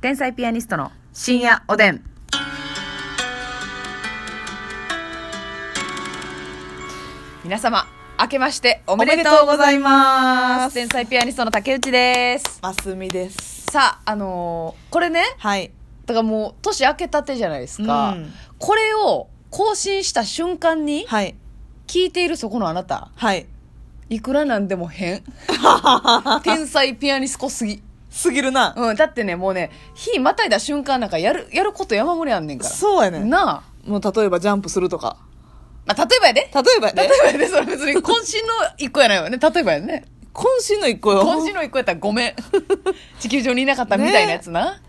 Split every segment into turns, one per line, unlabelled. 天才ピアニストの深夜おでん。
皆様明けましてお
お
めでとうございます天才ピアニストの竹内です
ますみです。
さああのーこれね
はい。
だからもう年明けたてじゃないですか、
うん
これを更新した瞬間に
はい。
聞いているそこのあなた
はい。
いくらなんでも変天才ピアニストすぎ
すぎるな。
うん、だってねもうね火またいだ瞬間なんかやるやること山盛りあんねんから
そうやねん。
なあ、
もう例えばジャンプするとか。
まあ、例えばやで
例えば
例え
ね、
ばやでそれ別 に渾身の一個やないわね例えばやね
渾身の一個よ。
今週の一個やったらご めん地球上にいなかったみたいなやつな、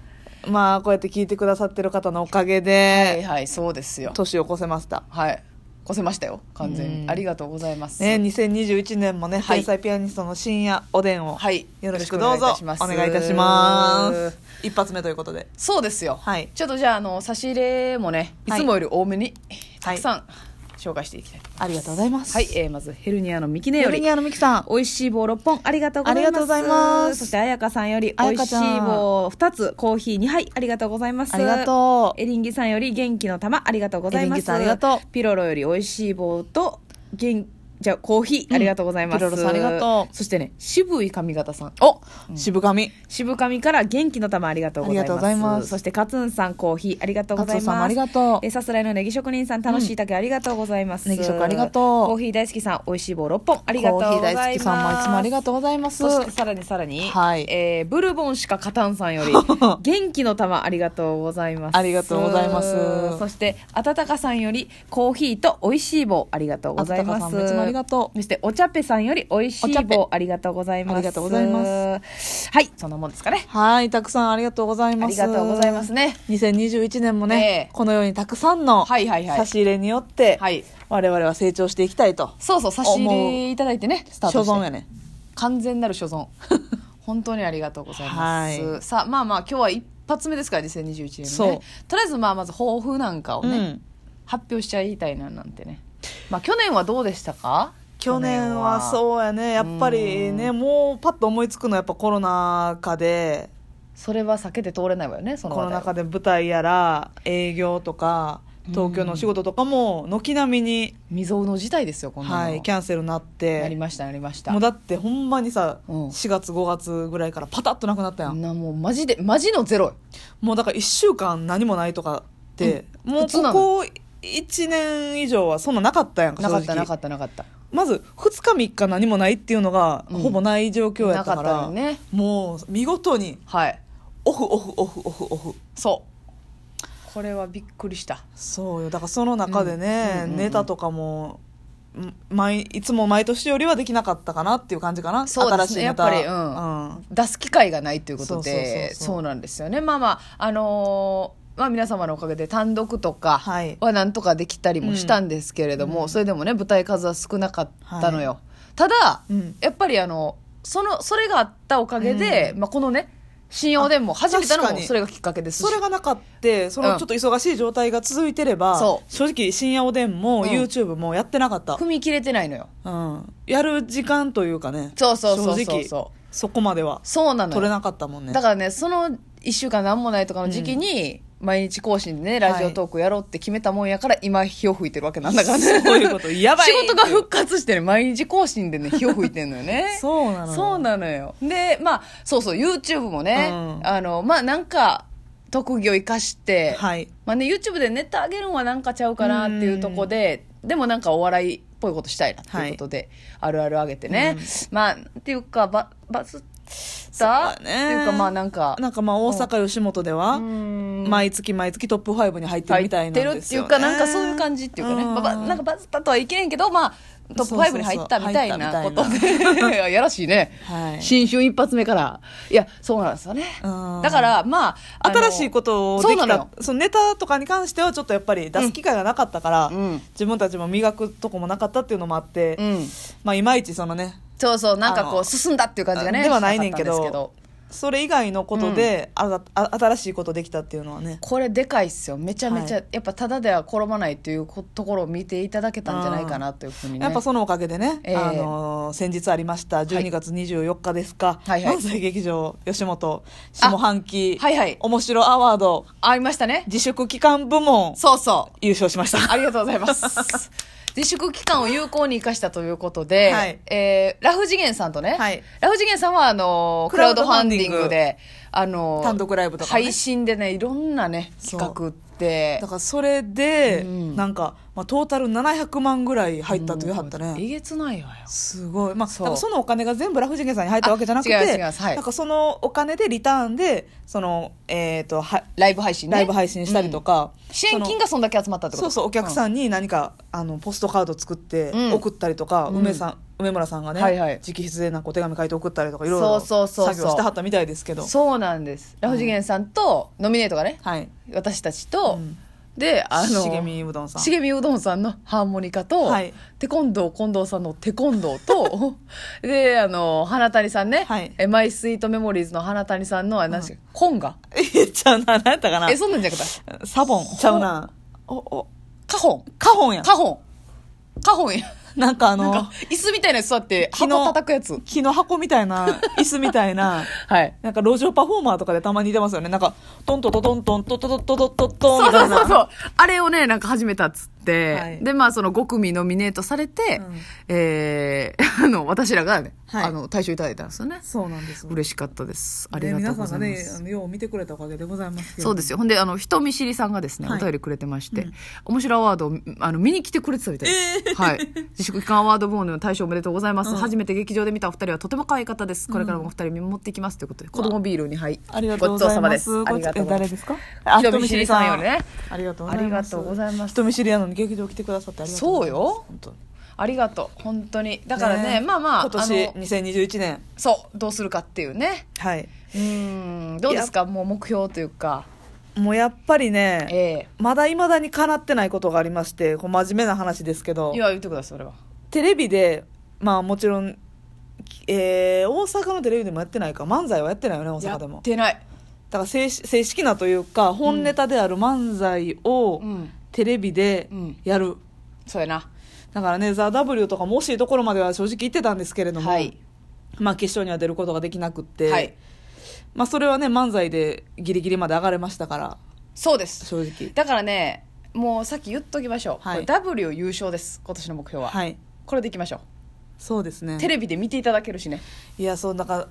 まあ、こうやって聞いてくださってる方のおかげ
はい
で、
はいそうですよ
年を越せました。
はい越せましたよ完全
う
に
ん
ありがとうございます、
ね、2021年もね、
はい
天才ピアニストの深夜おでんを、
はい
よろしくどうぞ
よろしく
お
お願
願い
い
い
い
た
た
し
し
ま
ます
す。一発目ということで。
そうですよ、
はい
ちょっとじゃああの差し入れもねい
はい
つもより多めに、た
はい
くさん紹介していきたいと
ありがとうございます。
はい、えー、まずヘルニアのミキネ
ヘ
よ
ル
り
ニアのミキさん。
美味しい棒6本ありがとうございます
ありがとうございます
そして彩香さんより美
彩
味
香
し
ち
い
ゃん
棒2つコーヒー2杯ありがとうございます
ありがとう
エリンギさんより元気の玉ありがとうございます
エリンギさんありがとう
ピロロより美味しい棒と元じゃあコーヒ
うん
ーありがとうございます、
ピロロさんありがとう
そしてね渋い髪型さん
お、渋髪。
渋髪から元気の玉ありがとうございます
ありがとうございます
そしてカツンさんコーヒーありがとうございます
カツンさんもありがとう
えーさすらいのネギ職人さん楽しい竹ありがとうございます、
ネギ職ありがとう
コーヒー大好きさん美味しい棒6本ありがとうございます
コーヒー大好きさんもいつもありがとうございます。
そしてさらにさらに、
はい
えーブルボンしか勝たんさんよ り元気の玉ありがとうございます
ありがとうございます
そしてあたたかさんよりコーヒーと美味しい棒ありがとうございます
あたたかさんもいつもありがとう
そしてお茶っぺさんより美味し
お
い
茶っぺ
棒ありがとうございます
ありがとうございます
はいそんなもんですかね
はい、たくさんありがとうござい
あ
ま
り
す。
がとうございます。ね
2021年もね、
ええ
このようにたくさんの
はいはいはい
差し入れによって、
はい
我々は成長していきたいと。
そうそう差し入れいただいてねスター
所
トして
存やね。
完全なる所存 本当にありがとうございます、
はい
さあまあまあ今日は一発目ですから2021年ね
そう
とりあえずまあまず抱負なんかをね、
うん
発表しちゃいたいななんてねまあ去年はどうでしたか
去年はそうやね、やっぱりね、もうパッと思いつくのはやっぱコロナ禍で、
それは避けて通れないわよねその
コ
話
ロ
題
ナ
は
禍で舞台やら、営業とか、東京のお仕事とかも軒並みに、
未曾有の事態ですよこんなの、
はい、キャンセルになって。
なりましたなりました
もうだってほんまにさ、
うん
4月5月ぐらいからパタッとなくなったやん、
なもうマジでマジのゼロ
もうだから1週間何もないとかって、もう
普通なの
ここ1年以上はそんななかったやんか
なかった
正直
なかったなかった
まず2日3日何もないっていうのが、
うん
ほぼない状況やったか
なからったよね
もう見事に
はい
オフオフオフオフオフ
そうこれはびっくりした
そうよだからその中でね、
うんうんうんうん
ネタとかもん毎いつも毎年よりはできなかったかなっていう感じかな、
そうで
新
す
し
ね
いネタ
やっぱりうん
うん
出す機会がないということで
そうそうそうそう
そうなんですよねまあまああのーまあ、皆様のおかげで単独とか
はい
はなんとかできたりもしたんですけれども、それでもね舞台数は少なかったのよ、ただ、
うん
やっぱりあのそのそれがあったおかげで、まあ、このね信用でも初めての
確
も
かに
それがきっかけですし
それがなかったそのちょっと忙しい状態が続いてれば、
そ
正直深夜おでんも
うん
YouTube もやってなかった
踏、み切れてないのよ
うんやる時間というかね
そうそうそうそう
正直そこまでは
そうなのよ
取れなかったもんね
だからねその1週間何もないとかの時期に、毎日更新でねラジオトークやろうって決めたもんやから、今火を吹いてるわけなんだからね
そういうことやばい
仕事が復活してね毎日更新でね火を吹いてんのよね
そうなのよ
そうなのよでまあそうそう YouTube もね、
うん
あのまあなんか特技を生かして、
はい
まあね、YouTube でネタ上げるんはなんかちゃうかなっていうとこででもなんかお笑いっぽいことしたいなっていうことで、あるある上げてね、まあっていうかババズったっ
そう
て
だね
いうかまあなんか
なんかまあ大阪吉本では毎月毎月トップ5に入ってる
入
み
った
いなん
てる
で
って
す
い
よ、
う
ね、
かなんかそういう感じっていうかね、
うん
まあばなんかバズったとはいけんけどまあトップ5に入ったみたいなこと
そう
で やらしいね、
はい
新春一発目からいやそうなんですよね
うん
だからまあ
新しいことをで
そ
き
うな
た
の
そのネタとかに関してはちょっとやっぱり出す機会がなかったから、
うんうん
自分たちも磨くとこもなかったっていうのもあって、
あのうん
まあいまいちそのね
そうそうなんか
あ
こ
の
う進んだっていう感じがね
ではないねんけど
しかったです
それ以外のことで、あざあ新しいことできたっていうのはね
これでかいっすよめちゃめちゃ、
はい
やっぱただでは転ばないということころを見ていただけたんじゃないかなというふうにね
やっぱそのおかげでね、
ええ
あのー先日ありました12月24日ですか、
はいはい
関西劇場吉本下半期、
はいはい
面白アワード
会いましたね
自粛期間部門
そうそう
優勝しました
ありがとうございます 自粛期間を有効に生かしたということで、
はい
えーラフ次元さんとね、
はい
ラフ次元さんはあのク
ク
ラ
ラ
ウ
ウ
ド
ド
フ
フ
ァ
ァ
ン
ン
デ
デ
ィ
ィ
ン
ン
グ
グ
であの
単独ライブとかね
配信でねいろんなね企画って
だからそれで、
うん
なんか、まあ、トータル700万ぐらい入ったと言わはったね、
もうえげつないわよ
すごい、まあ、
そ
そうそのお金が全部ラフジンゲさんに入ったわけじゃなくて
あ違います違いますはい
なんかそのお金でリターンでその、えー、とは
ライブ配信ね
ライブ配信したりとか、
うん支援金
が
がそんだけ集まったってこ
そ
と
うそうお客
ん、
さんに何か、あのポストカード作って
うん
送ったりとか、
うん
梅さん梅村さんがね、
はいはい
直筆でなんかお手紙書いて送ったりとかいろいろ
そうそうそうそう
作業してはったみたいですけど
そうなんですラフ次元さんとノミネートがね
はい
私たちと、
うん
であの
茂みうどんさん
茂みうどんさんのハーモニカと、
はい
テコンドー近藤さんのテコンドー とであの花谷さんね、
はい
えマイスイートメモリーズの花谷さんのあ何し、コンガ
えちゃうな何やったかな
えそんなんじゃなくて
サボンちゃうなおお
カホン
カホンやん
カホンカホンや
なんかあ
なん
の
か椅子みたいなやつ座って
昨日
箱叩くやつ
木の箱みたいな椅子みたいな
はい
なんか路上パフォーマーとかでたまに出ますよねなんかトントントントントントントントントント
そ
ンみ
うそう
たい
そう
な
そうあれをねなんか始めたっつって、
はい
でまあその5組ノミネートされて、
うん
えー あの私らがね、
はい
あの大賞いただいたんですよね
そうなんですよ
嬉しかったですあり
ね
がと
皆
う
さ
ご
ん
ざ
が
いま
ね
す、
あのよう見てくれたおかげでございますけど
そうですよほんであの人見知りさんがですね、
はい
お便りくれてまして、面白アワードをあの見に来てくれてたみたいです、はい、自粛期間アワード部門の大賞おめでとうございます、初めて劇場で見たお二人はとても可愛かったですこれからもお二人見守っていきますということで、子供ビールにはい
ありがとうございます
ごちそうさまですありがとう
え
ござい
誰
ます
ですか
人見知りさんよね
ありがとうご
あ
ざい
り
ま
が
す
とうございます
人見知りやのに劇場来てくださってありがとうございます
そうよ
本当に
ありがとう本当にだからね
え
まあまあ
今年
あの
2021年
そうどうするかっていうね
はい
うんどうですかもう目標というか
もうやっぱりね
え
まだいまだにかなってないことがありましてこう真面目な話ですけ
え
ど
いや言ってくださいそれは
テレビでまあもちろん、えー大阪のテレビでもやってないか漫才はやってないよね大
や
阪で
っ
も
てない
だから正式正式なというか本ネタである漫才を
うん
テレビで
うん
やる、
そうやな
だからね「ザ・ w とかも惜しいところまでは正直言ってたんですけれども、
はい
まあ決勝には出ることができなくって、
はい
まあそれはね漫才でギリギリまで上がれましたから
そうです
正直
だからねもうさっき言っときましょう、
はい
これ W 優勝です今年の目標は、
はい
これでいきましょ
そうですね
うテレビで見ていただけるしね
いやそうだか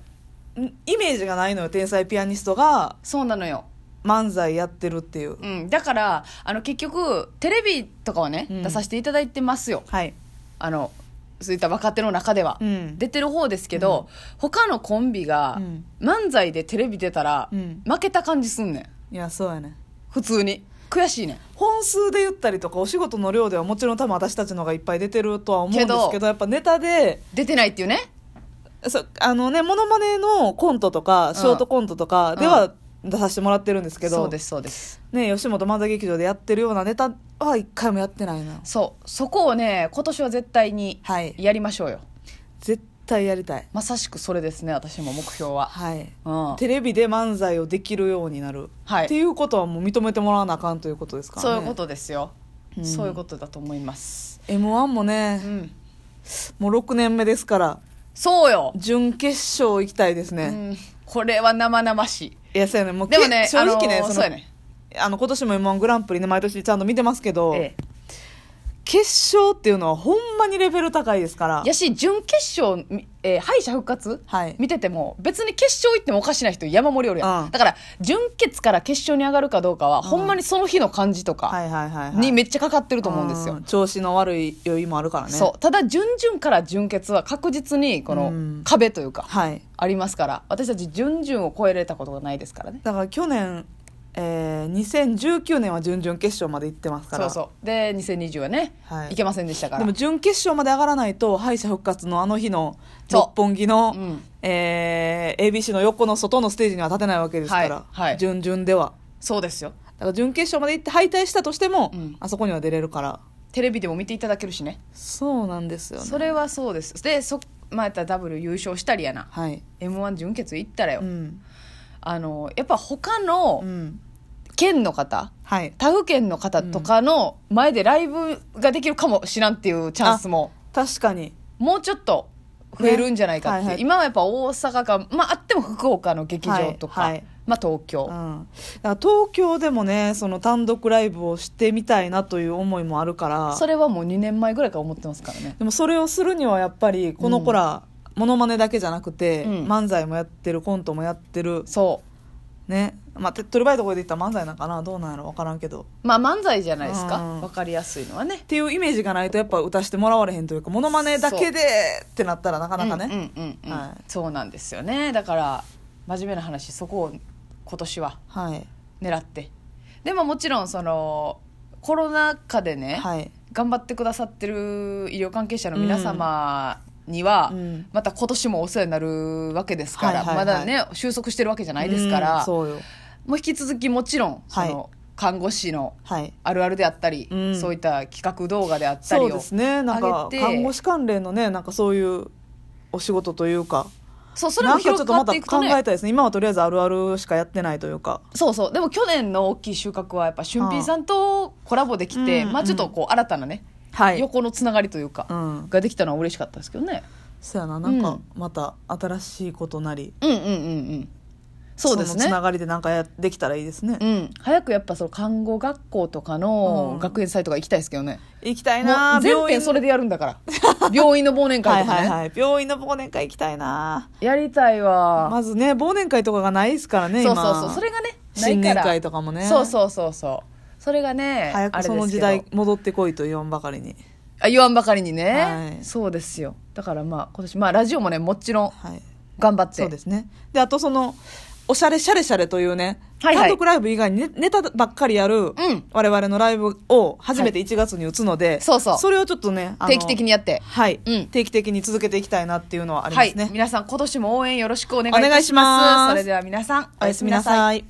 らんイメージがないのよ天才ピアニストが
そうなのよ
漫才やってるっていう
うん、だからあの結局テレビとかはね、
うん
出させていただいてますよ
はい
あのそういった若手の中では、
うん
出てる方ですけど、他のコンビが
うん
漫才でテレビ出たら、
うん
負けた感じすんねん
いやそうやね
普通に悔しいねん
本数で言ったりとかお仕事の量ではもちろん多分私たちの方がいっぱい出てるとは思うんですけど
け
やっぱネタで
出てないっていうね
そあのねモノマネのコントとかショートコントとかでは出させてもらってるんですけど、
そうですそうです
ね吉本漫才劇場でやってるようなネタは一回もやってないな
そうそこをね今年は絶対に
はい
やりましょうよ、
絶対やりたい
まさしくそれですね私も目標は、
はい
うん、
テレビで漫才をできるようになる、
はい
っていうことはもう認めてもらわなあかんということですからね
そういうことですよ、
うん
そういうことだと思います、
m 1もね、
うん、
もう6年目ですから
そうよ、
準決勝行きたいです
う
ね、
ん、これは生々しい
いやそうやねもう
でもね
け正直ね,、
あの
その
そうやね
あの今年も m 1グランプリね毎年ちゃんと見てますけど、
ええ
決勝っていうのはほんまにレベル高いですから
やし準決勝、みえー敗者復活、
はい
見てても別に決勝行ってもおかしな人山盛りおるやん、
うん
だから準決から決勝に上がるかどうかは、
ん
ほんまにその日の感じとか
はいはいはい、はい、
にめ
っち
っちゃかかってると思うんですよ、
調子の悪い余裕もあるからね
そうただ準々から準決は確実にこ
う
の
ん
壁というか、
はい
ありますから私たち準々を超えれたことがないですからね
だから去年、えー、2019年は準々決勝まで行ってますか
そ
ら
うそうで2020はね、
はい
い、けませんでしたから
でも準決勝まで上がらないと敗者復活のあの日の
そう
六本木の、
うん
えー ABC の横の外のステージには立てないわけですから、
はいはい
準々では
そうですよ
だから準決勝まで行って敗退したとしても、
うん
あそこには出れるから
テレビでも見ていただけるしね
そうなんですよね
それはそうですでそまあやったら W 優勝したりやな
はい
m 1準決行ったらよ、
うん
あのやっぱ他の
うん
県の方
はい
他府県の方とかの前でライブができるかもしらんっていうチャンスも
確かに
もうちょっと増えるんじゃないかって、
ねはいはい
今はやっぱ大阪か、まあ、あっても福岡の劇場とか、
はいはい
まあ、東京、
うん、だから東京でもねその単独ライブをしてみたいなという思いもあるから
それはもう2年前ぐらいから思ってますからね
でもそれをするにはやっぱりこの子ら、モノマネだけじゃなくて、
うん
漫才もやってるコントもやってる
そ
ねまあ手っ取り早いところで言ったら漫才なんかなどうなんやろ分からんけど
うまあ漫才じゃないですか
うん
わかりやすいのはね
っていうイメージがないとやっぱ歌してもらわれへんというかモノマネだけでってなったらなかなかね、
うんうんうんうん
はい
そうなんですよねだから真面目な話そこを今年は
はい
狙ってでももちろんそのコロナ禍でね、
はい
頑張ってくださってる医療関係者の皆様には、
うん
また今年もお世話になるわけですから、
はいはいは
ま
い
だね収束してるわけじゃないですか
うん
ら、
そうよ
もう引き続きもちろんその、
は
看護師の
はい
あるあるであったり、
うん
そういった企画動画であったりを
そうですねなんか
あげて
看護師関連のねなんかそういうお仕事というか
そうそれも広が
なん
っ
か
てい
ちょっ
く
と
と
また考え
ね
たいですね今はとりあえずあるあるしかやってないというか
そうそうでも去年の大きい収穫はやっぱ俊平さんとコラボできて、
うん
まあ、ちょっとこう新たなね、
はい
横のつながりという
う
か、
ん
ができたのは嬉しかったですけどね
そうやななん
う
か
ん
また新しいことなり、
うんうんうんうんそうですね
のつながりでなんかやできたらいいですね、
うん、早くやっぱその看護学校とかの
うん
学園祭とか行きたいですけどね、
行きたい
もう
な
全編それでやるんだ から病院の忘年
は
会
い
とかね、
はいはい病院の忘年会行きたいな
やりたいわ、
まずね忘年会とかがないですからね
そう
今
そうそうそれがねない
新
か
年
ら
会とかもね
そう
う
そうそうそうそれがね
早くその時
あれ
代
ですけど
戻ってこいと言わんばかりに
あ言わんばかりにね、
はい
そうですよだからまあ今年まあラジオもねもちろん
はい
頑張って
そうですねであとそのおしゃれしゃれしゃれというね、
はいはい
単独ライブ以外にねネタばっかりやる、
ん
我々のライブを初めて1月に打つので、
そうそう
れをちょっとねあの
定期的にやって
はい、
うん
定期的に続けていきたいなっていうのはありま
はい
すね、
皆さん今年も応援よろしくお願いい
お願
た
い
し
し
ま
ますす
それでは皆さん
おやすみなさい